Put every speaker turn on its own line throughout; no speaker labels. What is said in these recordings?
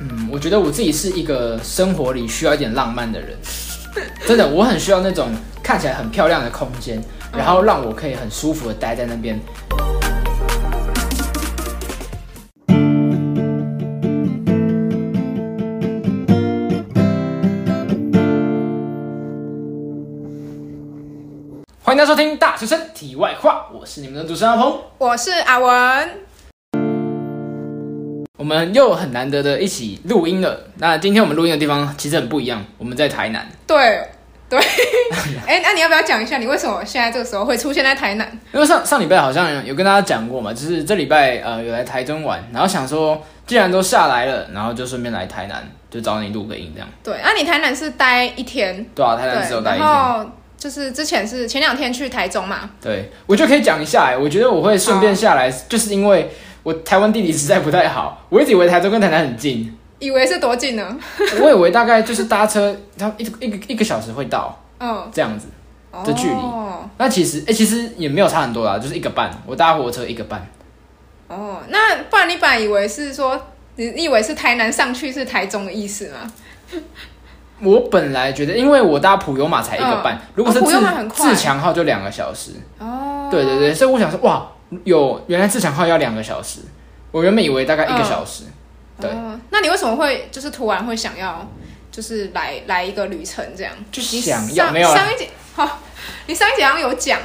嗯我觉得我自己是一个生活里需要一点浪漫的人， 真的，我很需要那种看起来很漂亮的空间，然后让我可以很舒服的待在那边。欢迎大家收听《大学生题外话》，我是你们的主持人阿鹏。
我是阿文，
我们又很难得的一起录音了。那今天我们录音的地方其实很不一样，我们在台南，
对对， 哎、那你要不要讲一下你为什么现在这个时候会出现在台南？
因为上上礼拜好像有跟大家讲过嘛，就是这礼拜呃有来台中玩，然后想说既然都下来了，然后就顺便来台南，就找你录个音这样。
对，啊那、你台南是待一天，
对啊，台
对
南只有，待一
然
天。
后就是之前是前两天去台中嘛，
对，我就可以讲一下、欸，我觉得我会顺便下来，就是因为我台湾地理实在不太好，我一直以为台中跟台南很近，
以为是多近呢，
我以为大概就是搭车，它一一个一个小时会到
嗯，
这样子。的距离
哦
那其实，哎、其实也没有差很多啦，就是一个半，我搭火车一个半。
哦，那不然你本来以为是说。你你以为是台南上去是台中的意思吗？
我本来觉得，因为我搭普悠玛才一个半，如果是
哦普
自、
悠玛很快
自强号就两个小时。
哦，
对对对，所以我想说，哇，有原来自强号要两个小时，我原本以为大
嗯
概一个小时。对，
哦，那你为什么会就是突然会想要就是来来一个旅程这样？
就
你
想要
上
没有啦
上一集好、 你上一集好像有讲，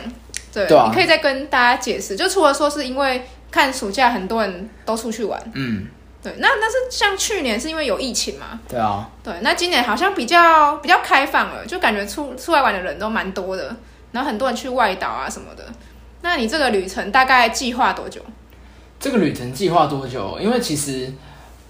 对，
对啊
你可以再跟大家解释。就除了说是因为看暑假很多人都出去玩，
嗯，
对，那但是像去年是因为有疫情嘛，
对啊，
对，那今年好像比较比较开放了，就感觉出出来玩的人都蛮多的，然后很多人去外岛啊什么的。那你这个旅程大概计划多久？
这个旅程计划多久？因为其实，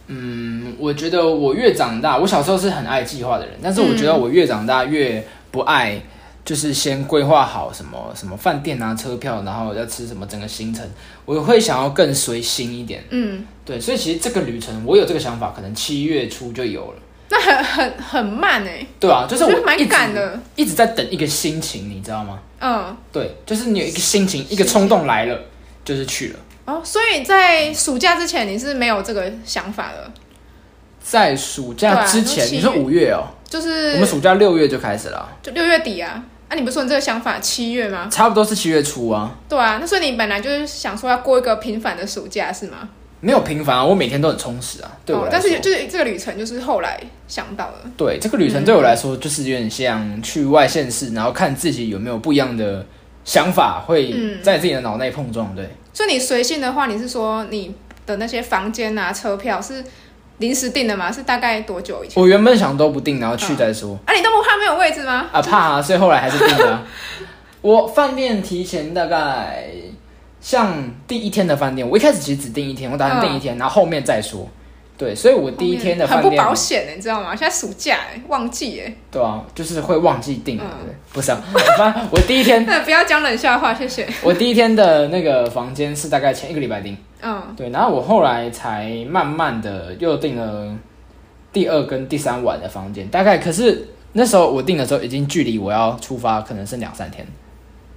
嗯，我觉得我越长大，我小时候是很爱计划的人，但是我觉
嗯
得我越长大越不爱，就是先规划好什么什么饭店啊、车票，然后要吃什么整个行程，我会想要更随心一点。
嗯，
对，所以其实这个旅程我有这个想法，可能七月初就有了。
那很很很慢哎、
对啊，就是
我觉
我
得蛮
一直
赶的，
一直在等一个心情，你知道吗？
嗯，
对，就是你有一个心情，一个冲动来了，就是去了。
哦，所以在暑假之前你是没有这个想法的，
在暑假之前，
对
你
啊都
说
七月
五月哦，
就是
我们暑假六月就开始了啊，
就六月底啊。啊，你不是说你这个想法七月吗？
差不多是七月初啊，
对啊，那所以你本来就是想说要过一个平凡的暑假是吗？
没有频繁啊，我每天都很充实啊，对我
哦
来说。
但是就是这个旅程就是后来想到的。
对这个旅
嗯
程对我来说，就是有点像去外县市，然后看自己有没有不一样的想法会
嗯
在自己的脑内碰撞。对，
所以你随性的话，你是说你的那些房间啊、车票是临时订的吗？是大概多久以前？
我原本想都不定，然后去再说。
啊，你都不怕没有位置吗？
啊怕啊，所以后来还是定了啊、 我饭店提前大概像第一天的饭店，我一开始其实只订一天，我打算订一天，然后后面再说。对，所以我第一天的
嗯很
饭
不
店，
保险哦的、你知道吗？现在暑假、欸、 旺季哎、
对啊，就是会忘记订，对
嗯
不对？不是啊，反正我第一天，
那不要讲冷笑话，谢谢。
我第一天的那个房间是大概前一个礼拜订，
嗯，
对，然后我后来才慢慢的又订了第二跟第三晚的房间，大概可是那时候我订的时候已经距离我要出发可能剩两三天。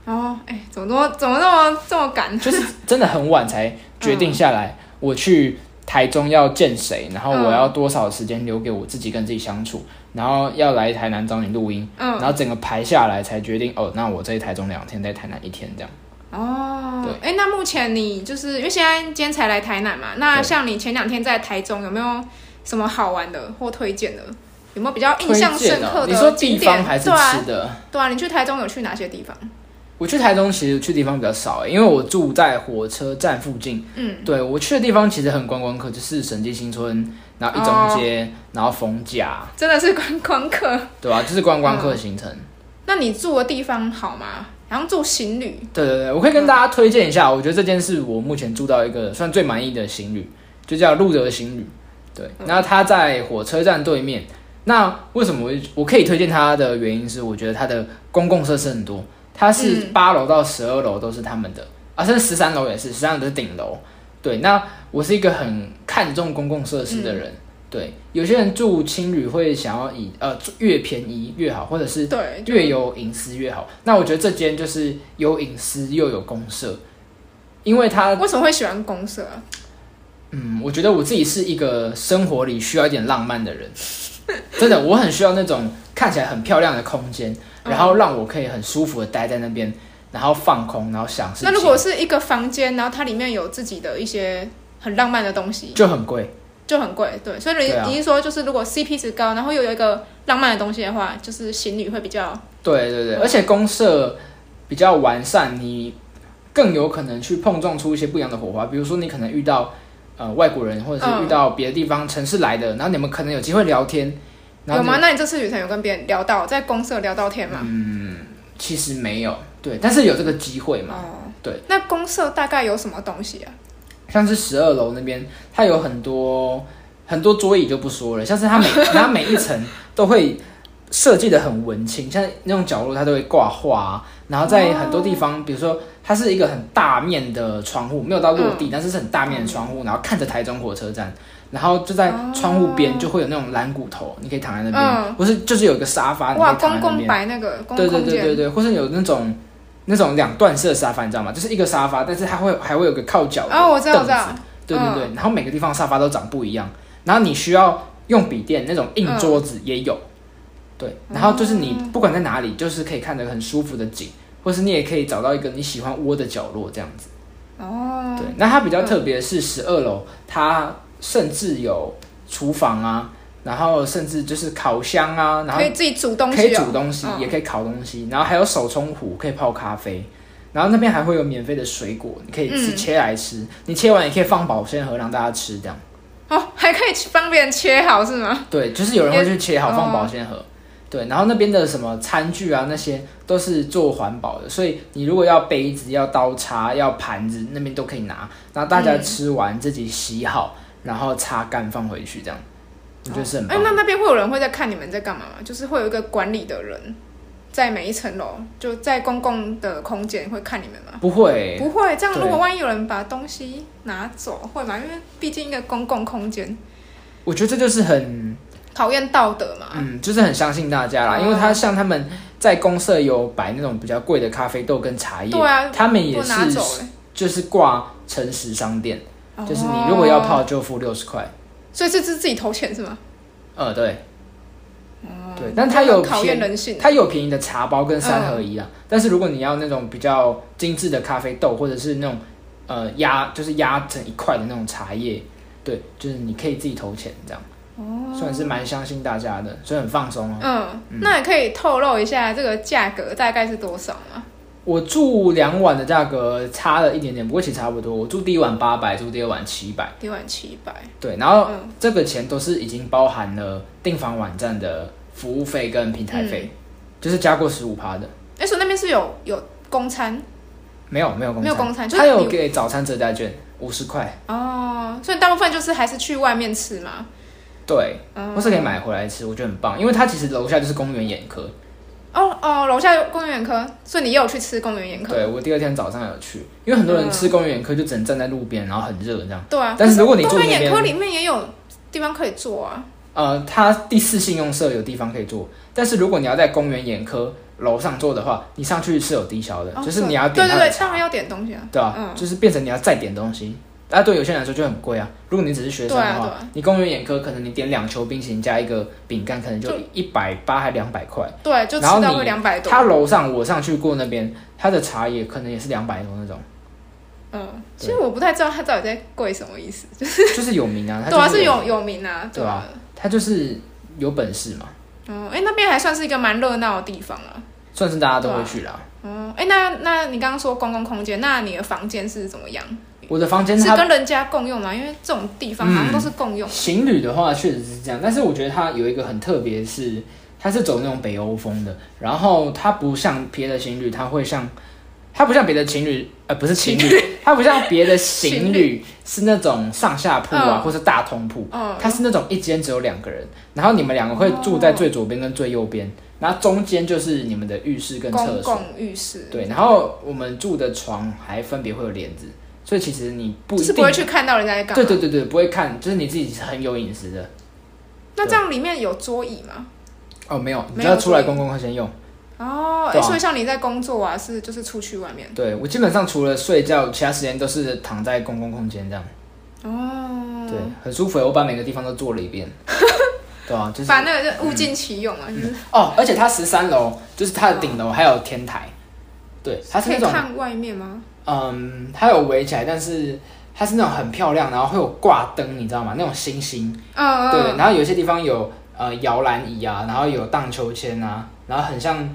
哦，哎、怎么多怎么那么这么赶？
就是真的很晚才决定下来，我去台中要见谁，然后我
嗯
要多少时间留给我自己跟自己相处，然后要来台南找你录音，
嗯
然，后整个排下来才决定哦，那我在台中两天，在台南一天这样。
哦
对，
哎、那目前你就是因为现在今天才来台南嘛，那
对
像你前两天在台中有没有什么好玩的或推荐的？有没有比较印
推
象
荐
深刻
哦，
的景点？
你说地方还是
对啊
吃？的？
对啊，你去台中有去哪些地方？
我去台中其实去地方比较少、欸，因为我住在火车站附近。
嗯，
对我去的地方其实很观光客，就是审计新村，然后一
哦
中街，然后逢甲，
真的是观光客。
对吧、就是观光客行程。
那你住的地方好吗？好像住行旅
对对对，我可以跟大家推荐一下，我觉得这间是我目前住到一个算最满意的行旅，就叫路德行旅。对，那它在火车站对面。那为什么我我可以推荐它的原因是，我觉得它的公共设施很多，它是
嗯
八楼到十二楼都是他们的，啊，甚至十三楼也是，十三楼都是顶楼。对，那我是一个很看重公共设施的人。对，有些人住青旅会想要以呃住越便宜越好，或者是
对，就
越有隐私越好。那我觉得这间就是有隐私又有公社，因为它
为什么会喜欢公社啊？
嗯，我觉得我自己是一个生活里需要一点浪漫的人，真的，我很需要那种看起来很漂亮的空间，然
嗯
后让我可以很舒服的待在那边，然后放空，然后想事情。
那如果是一个房间，然后它里面有自己的一些很浪漫的东西，
就很贵，
就很贵。对，所以
对啊
你你是说，就是如果 CP 值高，然后又有一个浪漫的东西的话，就是情侣会比较
对对对，而且公社比较完善，你更有可能去碰撞出一些不一样的火花。比如说，你可能遇到呃外国人，或者是
嗯
遇到别的地方城市来的，然后你们可能有机会聊天。然
有
后你
吗？那你这次旅程有跟别人聊到在公社聊到天吗？
嗯其实没有，对，但是有这个机会嘛。
哦，
对。
那公社大概有什么东西啊？
像是十二楼那边，它有很多很多桌椅就不说了，像是它 每它每一层都会设计的很文青，像那种角落它都会挂画啊，然后在很多地方，比如说它是一个很大面的窗户，没有到落
嗯
地，但是是很大面的窗户，然后看着台中火车站。然后就在窗户边就会有那种蓝骨头，你可以躺在那边，
嗯
不是就是有一个沙啊发，你可
哇，
以躺在那
公共
边。
白那个公
对
共
对
空
对对
间，
对，或是有那种那种两段式的沙发，你知道吗？就是一个沙发，但是它会还会有个靠脚的
哦，我知道，我
凳
知
子
道，嗯
对对对，然后每个地方沙发都长不一样，然后你需要用笔电那种硬桌子也有，对，然后就是你
哦
不管在哪里，就是可以看得很舒服的景，或是你也可以找到一个你喜欢窝的角落这样子。
哦，嗯
对，那它比较特别的是十二楼，它甚至有厨房啊，然后甚至就是烤箱啊，然后
可以自己煮东西、哦，
可以煮东西，
嗯
也可以烤东西，然后还有手冲壶可以泡咖啡，然后那边还会有免费的水果，你可以吃
嗯
切来吃，你切完也可以放保鲜盒让大家吃，这样。
哦，还可以去帮别人切好是吗？
对，就是有人会去切好
也
放保鲜盒。
哦
对，然后那边的什么餐具啊，那些都是做环保的，所以你如果要杯子、要刀叉、要盘子，那边都可以拿。然后大家吃完、自己洗好，然后擦干放回去，这样，我觉得是很嗯
哎、
棒。
那那边会有人会在看你们在干嘛吗？就是会有一个管理的人在每一层楼，就在公共的空间会看你们吗？
不会，
不会，这样
对
如果万一有人把东西拿走，会吗？因为毕竟一个公共空间，
我觉得这就是很
考验道德嘛。
嗯，就是很相信大
哦
家啦，因为他像他们在公社有摆那种比较贵的咖啡豆跟茶叶，
对啊
他们嗯也
不拿
是
走、欸，
就是挂诚实商店，
哦
就是你如果要泡就付六十块，
所以这是自己投钱是吗？
呃，对，对，但它有
哦很考验
便
人性。嗯
它有便宜的茶包跟三合一啊，但是如果你要那种比较精致的咖啡豆，或者是那种呃压就是压成一块的那种茶叶，对，就是你可以自己投钱这样，哦，算是蛮相信大家的，所以很放松啊。
嗯，那也可以透露一下这个价格大概是多少吗？
我住两晚的价格差了一点点，不过其实差不多。我住第一晚八百，住第二晚七百，
一万七百。
对，然后
嗯
这个钱都是已经包含了订房网站的服务费跟平台
嗯
费，就是加过十五趴的，
哎、所以那边是有有公餐
没有没有公
没有公餐就是
他有
你
给早餐折价券五十块，
哦，所以大部分就是还是去外面吃嘛。
对，
嗯
或是可以买回来吃，我觉得很棒，因为它其实楼下就是公园眼科，
哦哦，楼下有公园眼科，所以你也有去吃公园眼科。
对我第二天早上有去，因为很多人
嗯
吃公园眼科就只能站在路边，然后很热这样。
对啊，
但是如果你
可
住
公
那边
园眼科里面也有地方可以坐啊。
呃，它第四信用社有地方可以坐，但是如果你要在公园眼科楼上坐的话，你上去是有低消的，
哦
就是你要
对
点
对
它的
对，
茶，
当然要点东西啊。
对啊，
嗯
就是变成你要再点东西。啊，对有些人来说就很贵啊。如果你只是学生的
对啊
话，
对啊
你公园眼科可能你点两球冰淇淋加一个饼干，可能就
就
一百八还两百块。
对，就吃
然后
到
你
会两百多。
他楼上我上去过那边，他的茶也可能也是两百多那 种，
嗯，其实我不太知道它到底在贵什么意思。
就是有名啊。他
对啊，
就是
有有名啊，对啊。
他就是有本事嘛，
嗯，哎、那边还算是一个蛮热闹的地方啊。
算是大家都
对
会
啊
去啦。
嗯，哎、那那你刚刚说公共空间，那你的房间是怎么样？
我的房间
是
它嗯
跟人家共用吗？因为这种地方好像都是共用。
情侣的话确实是这样，但是我觉得它有一个很特别是，它是走那种北欧风的，然后它不像别的情侣，它会像，它不像别的情侣，呃， 不是情侣，它不像别的情
情
侣是那种上下铺啊，
嗯
或是大通铺，
嗯，
它是那种一间只有两个人，然后你们两个会住在最左边跟最右边，然后中间就是你们的浴室跟
公
厕所，
共浴室，
对，然后我们住的床还分别会有帘子，所以其实你不
就
一
是
定
不会去看到人家在干嘛。
对对对对，不会看，就是你自己是很有隐私的。
那这样里面有桌椅吗？
哦，没有，你
没
只
有
要出来
注意
公共会先用。
哦，哎、
对啊
所以像你在工作啊，是就是出去外面。
对我基本上除了睡觉，其他时间都是躺在公共空间这样。
哦，
很舒服耶。我把每个地方都做了一 遍，对啊，就是
把那个就物尽其用啊，就是
哦，而且它十三楼就是它的顶楼还有天台，对，它啊是
可
那
以
种
看外面吗？
嗯，它有围起来，但是它是那种很漂亮，然后会有挂灯，你知道吗？那种星星，
嗯
对，
嗯，
然后有些地方有呃摇篮椅啊，然后有荡秋千啊，然后很像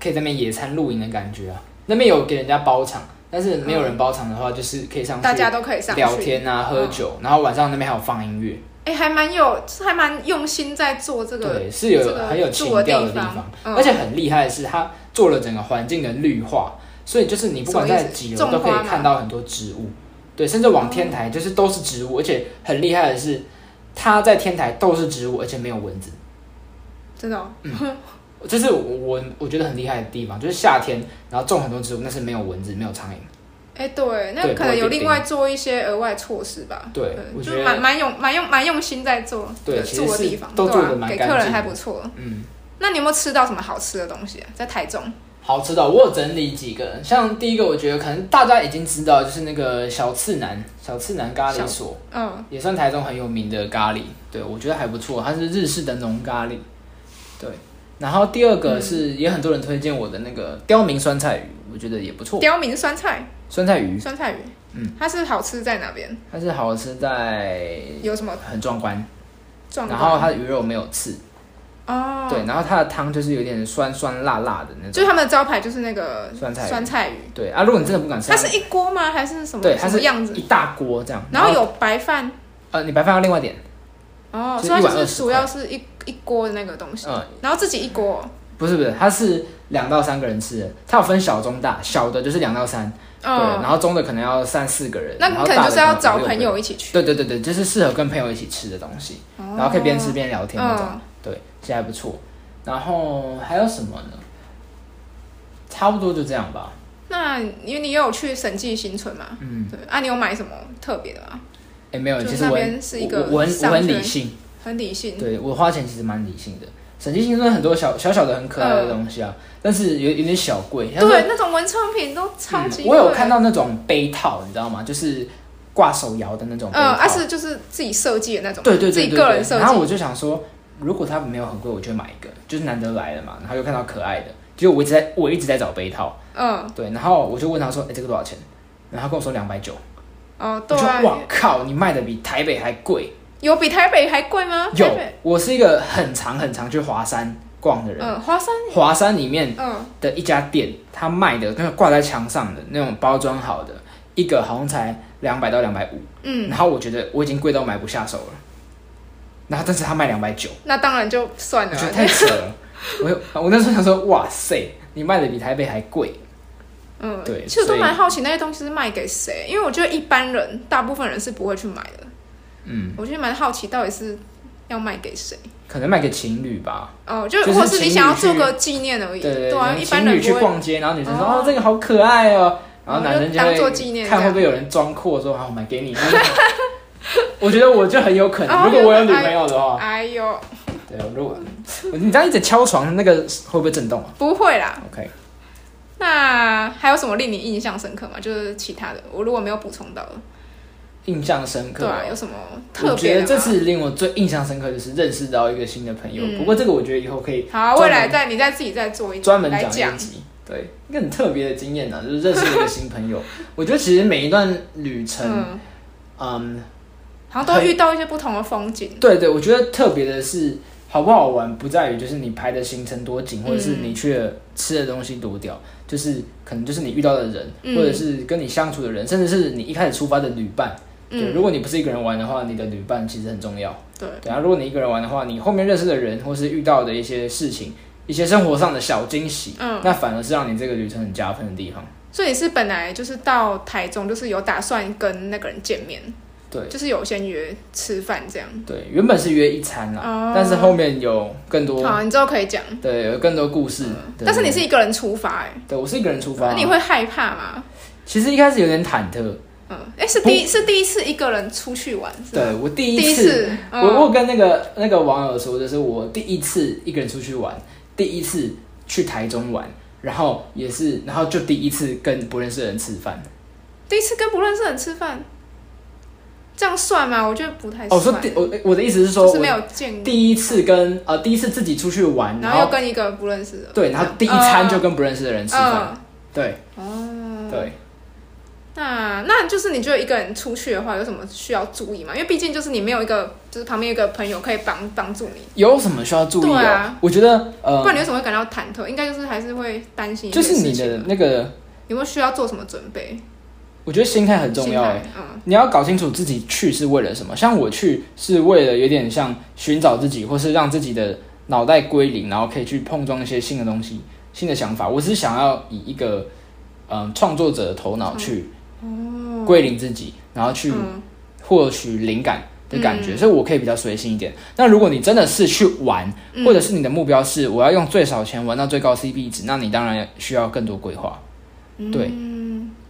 可以在那边野餐露营的感觉啊。那边有给人家包场，但是没有人包场的话，就是可以上去
大家都可以上去嗯
聊。天啊、喝酒，然后晚上那边还有放音乐，
哎、还蛮有，还蛮用心在做这个，
对，是有
这个
很有情
住的
调
地
的地
方
方，
嗯
而且很厉害的是，它做了整个环境的绿化，所以就是你不管
什么意
在
思
几
种
楼
花嗯
都可以
吗
看到很多植物，对，甚至往天台就是都是植物，而且很厉害的是，它在天台都是植物，而且没有蚊子。
真的、哦。
这是我我我觉得很厉害的地方，就是夏天，然后种很多植物，但是没有蚊子，没有苍蝇。
哎、对，那
对
可能有
不会叮
另外做一些额外措施吧。
对
嗯
我
就
觉得
蛮蛮用蛮用蛮用心在做，
对
呃
其实
住的
是
地方，
都
对
做
啊
得蛮
给
干
客人
净
还
的
不错。
嗯，
那你有没有吃到什么好吃的东西啊？在台中，
好吃的，我有整理几个，像第一个，我觉得可能大家已经知道，就是那个小次男，小次男咖喱
小
所，
嗯，
也算台中很有名的咖喱，对我觉得还不错，它是日式的浓咖喱。对，然后第二个
嗯
是、也很多人推荐我的那个刁民酸菜鱼，我觉得也不错。
刁民酸菜
酸菜鱼
酸菜鱼，
嗯，
它是好吃在哪边？
它是好吃在
有什么
很壮观，
状
然
况？
后它的鱼肉没有刺，
哦，
对，，然后它的汤就是有点酸酸辣辣的那
就
种
是。他们的招牌就是那个
酸菜鱼
酸菜鱼，
对啊，如果你真的不敢吃，
它是一锅吗？还是什么
对，它
什
是
么样子？
一大锅这样。
然后有白饭
呃，你白饭要另外点，
哦，
就
所以
一
它
碗
就是
20
主要是一一锅的那个东西，
嗯，
然后自己一锅
不是不是，它是两到三个人吃的，它有分小中大，小的就是两到三，
哦，
对，
嗯
然后中的可能要三四个人，
那
然后
你可能
大
就
的
是要
能
找
五六个
朋
人
友一起去，
对对对对，就是适合跟朋友一起吃的东西，
然
然后可以边吃边聊天那种，
嗯
对，其实还不错。然后还有什么呢？差不多就这样吧。
那因为你有去审计新村嘛，
嗯，
对啊，你有买什么特别的吗？
哎，没有，
就
其实
那
我很
边是一个
我我很我
商
很理
圈
性，
很理性，
对我花钱其实蛮理性的。审计新村很多小小小的很可爱的东西啊，但是有有点小贵。像是
对，那种文创品都超级、
嗯我有看，到那种杯套，你知道吗？就是挂手摇的那种杯套。
嗯，啊是就是自己设计的那种，
对对对对
自
对
己个人设
然后
计，
我就想说，如果它没有很贵，我就买一个，就是难得来了嘛。然后又看到可爱的，结果我一直在我一直在找杯套，
嗯，
对。然后我就问他说：“哎、这个多少钱？”然后他跟我说两百九，
哦
我
对
就
啊，
哇靠，你卖的比台北还贵。
有比台北还贵吗？
有
啊台北，
我是一个很常很常去华山逛的人，
嗯，华山，
华山里面
嗯，
的一家店，他卖的那个挂在墙上的那种包装好的，一个好像才两百到两百五，
嗯，
然后我觉得我已经贵到买不下手了，然后但是他卖两百 九，
那当然就算
我
了
觉得
啊，
太扯了， 我我那时候想说，哇塞，你卖的比台北还贵，
嗯，
对
其实
所
都
以
蛮好奇那些东西是卖给谁，因为我觉得一般人大部分人是不会去买的，
嗯，
我觉得蛮好奇到底是要卖给谁。
可能卖给情侣吧，
哦，就
就是
或是
情
你
侣
想要
去
做个纪念而已，
对对
啊，
对，
一般
情
人
侣去
不会，
逛街，然后女生说
哦
哦这个好可爱哦，然后
哦
男生
就
就
当作
会
纪念
看
这
会
样
不会有人装阔说好我买给你，我觉得我就很有可
哦
能，如果我有
原
女
来
朋友的话。
哎呦，
对，如果你这样一直敲床，那个会不会震动啊
不会啦。
？OK，
那还有什么令你印象深刻吗？就是其他的，我如果没有补充到的，
印象深刻
对
哦。
啊，有什么特
我觉
别
得
的
这
吗？
次令我最印象深刻就是认识到一个新的朋友，
嗯
不过这个我觉得以后可以
好啊，
专
未来
门
再你再自己再做一集
专门
来
讲一集。对，一个很特别的经验呢、啊，就是认识了一个新朋友。我觉得其实每一段旅程，
嗯，
嗯
好像都会遇到一些不同的风景，
对对，我觉得特别的是好不好玩，不在于就是你排的行程多紧，或者是
嗯
你去了吃的东西多屌，就是可能就是你遇到的人，
嗯
或者是跟你相处的人，甚至是你一开始出发的旅伴。对，
嗯，
如果你不是一个人玩的话，你的旅伴其实很重要。
对，
对啊，如果你一个人玩的话，你后面认识的人或是遇到的一些事情，一些生活上的小惊喜，
嗯
那反而是让你这个旅程很加分的地方。
所以你是本来就是到台中，就是有打算跟那个人见面，
对
就是有先约吃饭这样。
对，原本是约一餐啦，
哦
但是后面有更多，
好，你之后可以讲，
对，有更多故事。对
但是你
对
是一个人出发、欸，
对我是一个人出发、啊
那你会害怕吗？
其实一开始有点忐忑，
嗯，哎、是第一是第一次一个人出去玩，是吗
对我第
第
一次，
次，嗯
我我跟那个那个网友说，就是我第一次一个人出去玩，第一次去台中玩，然后也是，然后就第一次跟不认识的人吃饭，
第一次跟不认识人吃饭，这样算吗？我觉得不太
哦，我
算。
说第我我的意思是说，
就是没
我
有见过，
第一次跟呃第一次自己出去玩，
然
然
后又
后
跟一个不认识的。
对，然后第一餐就跟不认识的人吃饭，
嗯，
对
哦，
对，
那那就是你觉得一个人出去的话，有什么需要注意吗？因为毕竟就是你没有一个，就是旁边有一个朋友可以帮帮助你，
有什么需要注意
对
的
啊？
我觉得呃
不，然你为什么会感到忐忑？应该就是还是会担心一些
就
事
是
情吧。啊
你的那个，
有没有需要做什么准备？
我觉得心态很重要
心
哎、
态嗯，
你要搞清楚自己去是为了什么。像我去是为了有点像寻找自己，或是让自己的脑袋归零，然后可以去碰撞一些新的东西、新的想法。我只是想要以一个嗯创作者的头脑去归零自己，然后去
哦嗯
获取灵感的感觉，所以我可以比较随性一点。那如果你真的是去玩，
嗯
或者是你的目标是我要用最少钱玩到最高 CP 值，那你当然需要更多规划。
嗯
对，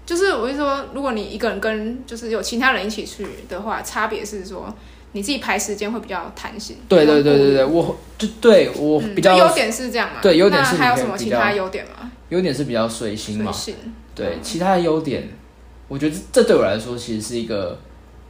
就是我是说，如果你一个人跟就是有其他人一起去的话，差别是说你自己排时间会比较弹性。
对对
比较
对对
固定
对，我就对我
嗯
比较
那优点是这样嘛？
对优点是
那还有
你可以
什么
比
其
较
他优点吗？
优点是比较随心
随
嘛，
性，
对，其他的优点，我觉得这这对我来说其实是一个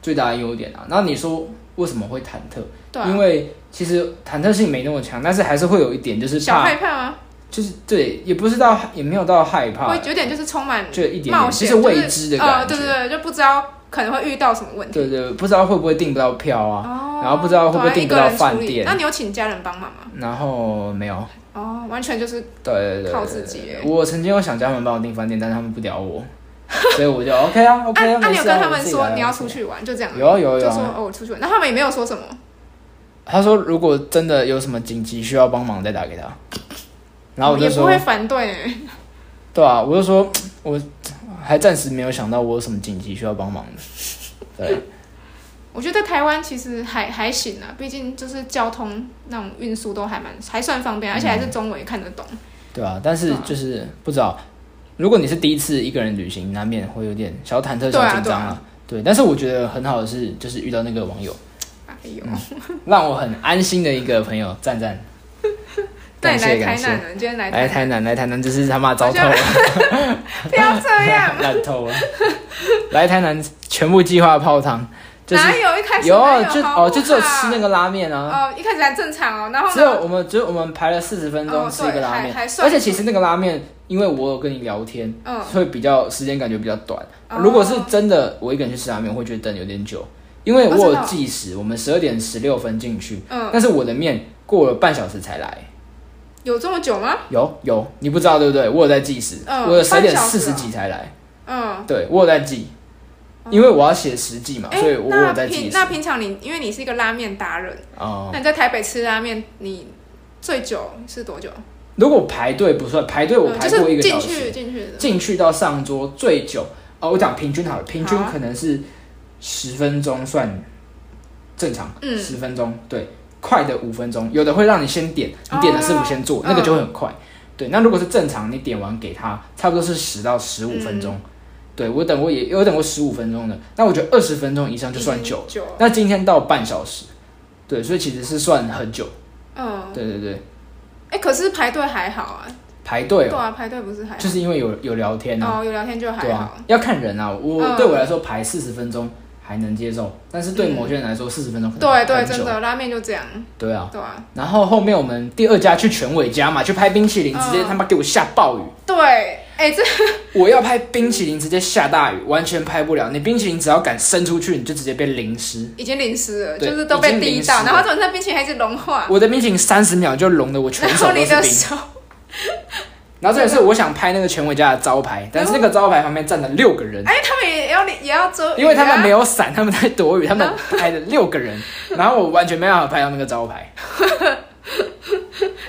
最大的优点啊。那你说为什么会忐忑？
对啊，
因为其实忐忑性没那么强，但是还是会有一点，就是
小
怕，
害怕吗？
就是对，也不是到也没有到害怕
会，有点就是充满
就一点
冒
点，
险，
是未知的感觉。
就是呃对对对，就不知道可能会遇到什么问题。
对对，不知道会不会订不到票啊，
哦，
然后不知道会不会
对啊
订不
一个
到
人
饭
处理
店
那你有请家人帮忙吗？
然后没有，
哦，完全就是
对对对，
靠自己耶。
我曾经有想叫他们帮我订饭店，但是他们不屌我，所以我就 OK 啊
啊
，OK 啊，
啊！
没
你有
事
跟
啊，
他
我
们
自己
说
来啊
你要
我自己
出去玩，就这样而已。
有啊有啊有
就
啊
说哦，我出去玩，那他们也没有说什么。
他说如果真的有什么紧急需要帮忙再打给他。然后我
哦也
就
不
说
会，反对欸，
对啊，我就说我还暂时没有想到我有什么紧急需要帮忙的。对，
我觉得台湾其实还还行啊，毕竟就是交通那种运输都还蛮还算方
嗯
便，而且还是中文也看得懂。
对啊，但是
对啊
就是不知道，如果你是第一次一个人旅行，难免会有点小忐忑、
对
小
啊
紧张
对
啊
啊。
对，但是我觉得很好的是，就是遇到那个网友，
哎呦，
嗯让我很安心的一个朋友，赞赞。
那
感
你来
谢感
台南
谢，哎
了，你今天来
来
台
台南，来台南，就是他妈糟透了。
南，不要这样，
烂透了。来台南全部计划泡汤， 就是
哪有一开始
有
哪
就
好不好
哦，就只有吃那个拉面啊。
哦，一开始还正常哦，然后
只有
呢？
我们只有我们排了四十分
哦
钟吃一
对
个拉
还
面，
还算
而且其实那个拉面，因为我有跟你聊天，
嗯，
所以比较时间感觉比较短。
哦
如果是真的我一个人去吃拉面，我会觉得等有点久，因为
哦
我
真
有
的哦
计时，我们十二点十六分进去，
嗯
但是我的面过了半小时才来。
有这么久吗？
有有，你不知道对不对？我有在计时，
嗯
我十二点
半小
四
时
十
啊
几才来。
嗯，
对我有在记，因为我要写实际嘛，
哎
啊所以我
那
有在记
平
实。
那平常你因为你是一个拉面达人，
哦、
那你在台北吃拉面，你最久是多久？
如果排队不算排队，我
嗯
排
就
过一
是
个
进
小
去
时，
进去的，
进、去到上桌最久。哦，我讲平均好了，平均
好啊
可能是十分钟算正常，
嗯
十分钟对，快的五分钟，有的会让你先点，你点了师傅先做，
哦
那个就会很快。对，那如果是正常，你点完给他，差不多是十到十五分
嗯
钟。对我等过也有等过十五分钟的，那我觉得二十分钟以上就算久了。
久了，
那今天到半小时，对，所以其实是算很久。
嗯，
对对对，
哎，可是排队还好啊，
排队哦，
对啊，排队不是还好
就是因为有有聊天啊，
哦，有聊天就
对
还好
啊，，要看人啊。我、
嗯
对我来说排四十分钟还能接受，但是对
嗯
某些人来说四十分钟可能
对对，
啊很久
真的拉面就这样，
对啊。
对啊，
然后后面我们第二家去全伟家嘛，去拍冰淇淋，
嗯
直接他妈给我下暴雨。
对，哎，这
我要拍冰淇淋，直接下大雨，完全拍不了。你冰淇淋只要敢伸出去，你就直接被淋湿。
已经淋湿了，
对
就是都
已
被
经
滴
淋湿
到，
了
然后总之冰淇淋还一直融化，
我的冰淇淋三十秒就融的我全
然
手
后
都
你
是
的
冰。
手，
然后这也是我想拍那个全伟家的招牌，但是那个招牌旁边站了六个人，
嗯哎，他们也要也要遮雨啊，
因为他们没有伞，他们在躲雨，他们
嗯
拍了六个人，然后我完全没办法拍到那个招 牌，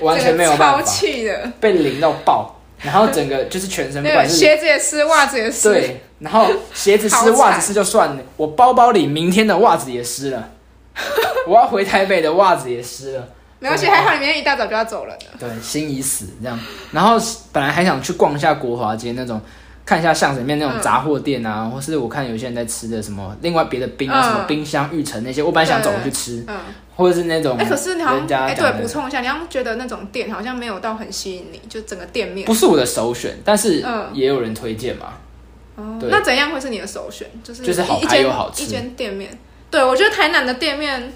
完全没有
这
办
个超
法，
气的，
被淋到爆，然后整个就是全身不
那个
管是
鞋子也湿，袜子也湿，
对，然后鞋子湿、
好惨
袜子湿就算了，我包包里明天的袜子也湿 了，我要回台北的袜子也湿了。
没关系，还好你明天一大早就要走了的。
对，心已死这样。然后本来还想去逛一下国华街那种，看一下巷子里面那种杂货店啊，或是我看有些人在吃的什么，另外别的冰啊，
嗯
什么冰箱、玉成那些，我本来想走回去吃，
嗯，
或者是那种
哎、可是你好
人
像，
家
哎、
讲
对，
的
补充一下，你好像觉得那种店好像没有到很吸引你，就整个店面
不。是我的首选，但是
嗯
也有人推荐嘛。
哦
对
那怎样会是你的首选？就是
就是好
一一
拍又
间
好吃
一间店面。对，我觉得台南的店面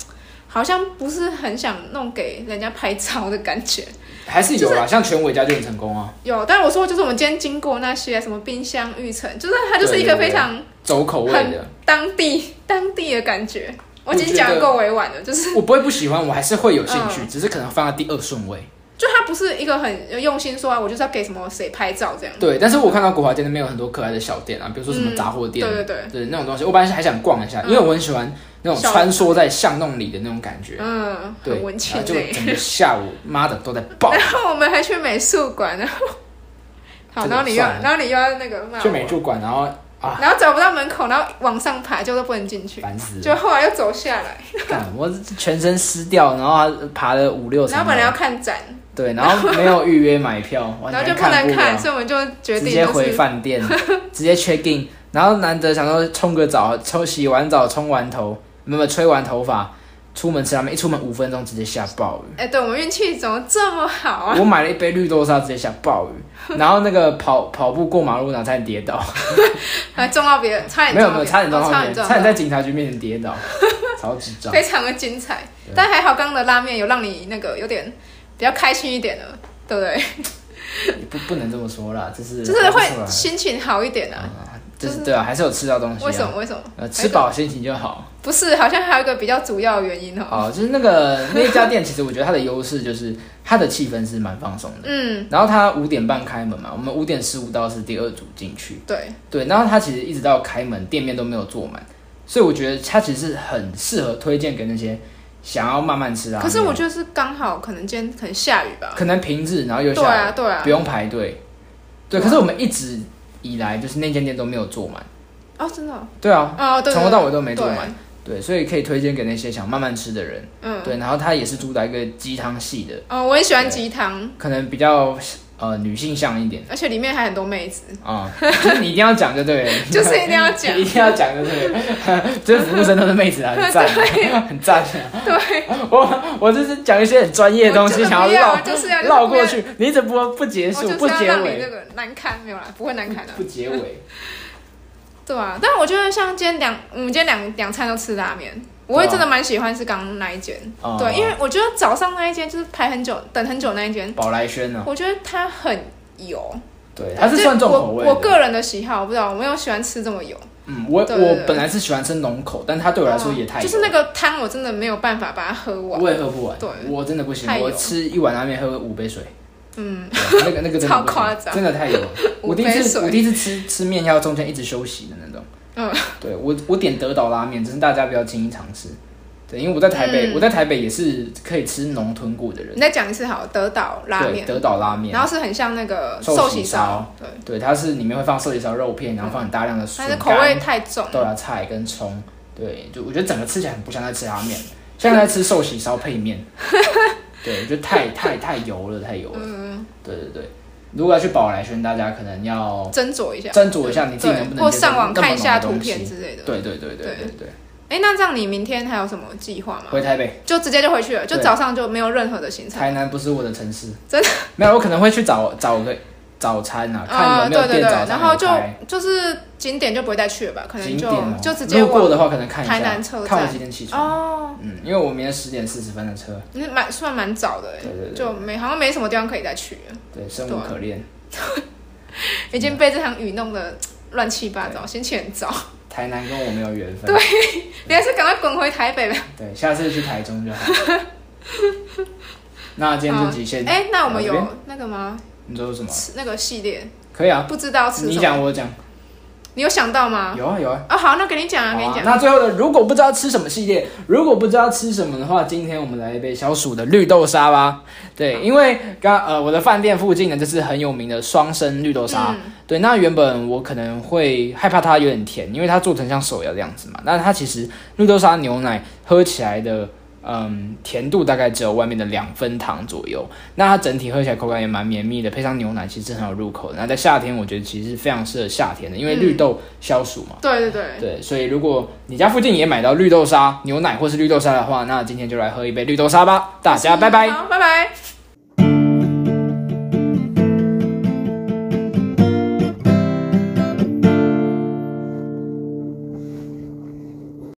好像不是很想弄给人家拍照的感觉。
还是有啦，啊像全伟家就很成功啊，
有，但我说就是我们今天经过那些什么冰箱、玉城，就是它就是一
对
个
对
非常
走口味
很
的。
当地当地的感觉。我
我
已经
觉
讲
得
得够委婉了，就是
我不会不喜欢，我还是会有兴
嗯
趣，只是可能放在第二顺位。
就它不是一个很用心说啊，我就是要给什么谁拍照这样。
对，但是我看到国华店那边有很多可爱的小店啊，比如说什么
嗯
杂货店，
对对对嗯
对那种东西，我本来是还想逛一下，因为我很喜欢那种
小
穿梭在巷弄里的那种感觉。
嗯，
对，
很文青
然后就
嘞。
整 个下午，妈的都在爆。
然后我们还去美术馆，然后 好，
这个
然后你又
算了
然后你又要那个骂
去
我，
美术馆，然后啊，
然后找不到门口，然后往上爬，就都不能进去，
烦死
就
了！
后来又走下来，
干，我全身湿掉，然后还爬了五六层
然后本来要
楼，
看展，
对，然后没有预约买票，完
然后
全
就不能
不了
看，，所以我们就决
直
定
接
就
回
是
饭店，直接 check in，然 后难得想说冲个澡，冲洗完澡，冲完头，没有吹完头发，出门吃拉面，一出门五分钟直接下暴雨。
哎、对我们运气怎么这么好 啊？
我买了一杯绿豆沙，直接下暴雨，然后那个跑跑步过马路，然后差点跌倒，
还撞到别人，差点
没有没
撞到
有，
别人
差点撞
哦
到
差
人，差
点撞
点
到，
在警察局面前跌倒， 超智障。
非常的精彩。但还好刚刚的拉面有让你那个有点比较开心一点了，对不对？
不不能这么说啦，就是
就是
还不
会
错啦
心情好一点啊。
就是对啊，还是有吃到东西、啊。
为什么？？为什么？
呃，吃饱心情就好。
不是，好像还有一个比较主要的原因哦。
哦，就是那个那家店，其实我觉得它的优势就是它的气氛是蛮放松的。
嗯，
然后它五点半开门嘛，我们五点十五到是第二组进去，
对，
对，然后它其实一直到开门，店面都没有坐满，所以我觉得它其实是很适合推荐给那些想要慢慢吃啊。
可是我就是刚好可能今天可能下雨吧。
可能平日，然后又
对
下
啊，
午，
对啊
不。用排队。对，可是我们一直以来就是那间店都没有坐满。
哦，真的哦，
对啊，
哦对，
从头到尾都没做
对
完。对，所以可以推荐给那些想慢慢吃的人。
嗯，
对，然后它也是主打一个鸡汤系的，
哦，我很喜欢鸡汤，
可能比较呃女性向一点
而且里面还很多妹子，
啊、就是你一定要讲就对了，
就是一定要 讲。
一定要讲就对 了。这服务生都是妹子啊，很 赞， 很赞。啊
对，
我我就是讲一些很专业的东西，
我就
想
不要
绕
就是要
绕
就是不要
过去，你怎么不结
我
束
就
不
是要
结
让你那
尾
个难堪，没有啦，不会难堪的啊
不。结尾？
对啊，但我觉得像今天两，我们今天两两餐都吃拉面，我
啊
会真的蛮喜欢是刚刚那一间。
哦
对，因为我觉得早上那一间就是排很久、等很久那一间，
宝来轩呢？
我觉得它很油。
对，它是算重口味
我
的。
我个人的喜好，我不知道，我没有喜欢吃这么油。
嗯，我
对对
我
对
本来是喜欢吃浓口，但它对我来说也太
哦
油
就是那个汤，我真的没有办法把它喝完。
我也喝不完，
对
我真的不行
太，油
我吃一碗拉面喝五杯水，
嗯，
对那个那个真的
超
不行
夸张
真的 太油了。
五
我
杯
第
水
一次我第一次吃吃面要中间一直休息的那种，
嗯，
对我我点德岛拉面，真是大家不要轻易尝试，对，因为我在台北、
嗯
我在台北也是可以吃浓吞骨的人
你，再讲一次好了，德岛拉
对，
面，
德岛拉面
然，后是很像那个
寿
寿
喜
喜
烧
烧，对，
对，它是里面会放寿喜烧肉片，然后放很大量的笋
但是
干、
口味太重，
豆芽菜跟葱，对，就我觉得整个吃起来很不像在吃拉面，像在吃寿喜烧配面。对，我觉得太太太油了，太油了。
嗯
对对对，如果要去宝来轩，大家可能要
斟酌一下，
斟酌一下你自己能不
对
能
或
接受
上网
那么
看一下
浓
图
的东
片
西
之类的。
对对对对对对，
哎，那这样你明天还有什么计划吗？
回台北，
就直接就回去了，就
对
早上就没有任何的行程。
台南不是我的城市，
真
的没有，我可能会去找找个早餐啊，看有
呃，
没有
对对
店
对，
早餐
然后就
有开
就是景点就不会再去了吧？可能
景
就
点哦
就直接
路过
往
的话，可能看一下
台南车
看我
站
几点起床。
哦，
嗯，因为我明天十点四十分的车，
那蛮算蛮早的欸
对对对，
就没好像没什么地方可以再去了，
对，生
对
无
啊
可恋。
已
嗯
经被这场雨弄得乱七八糟，心情很糟。
台南跟我没有缘分。
你还是赶快滚回台北吧。
对，下次去台中就 好。那今天这集先，
哎、那我们
聊这
有那个吗？
你说什么？
吃那个系列，
可以啊，
不知道吃
你
什么？
讲我讲，
你有想到吗？
有啊有啊。
哦，好，那给你讲啊，
好
给你
啊
讲。
那最后的，如果不知道吃什么系列，如果不知道吃什么的话，今天我们来一杯小鼠的绿豆沙吧。对，因为刚呃我的饭店附近呢，就是很有名的双生绿豆沙。
嗯
对，那原本我可能会害怕它有点甜，因为它做成像手摇的样子嘛。那它其实绿豆沙牛奶喝起来的。嗯，甜度大概只有外面的两分糖左右。那它整体喝起来口感也蛮绵密的，配上牛奶其实很有入口的。那在夏天，我觉得其实是非常适合夏天的，因
嗯
为绿豆消暑嘛。
对对对，
对，所以如果你家附近也买到绿豆沙、牛奶或是绿豆沙的话，那今天就来喝一杯绿豆沙吧，大家拜拜。
嗯好，拜拜。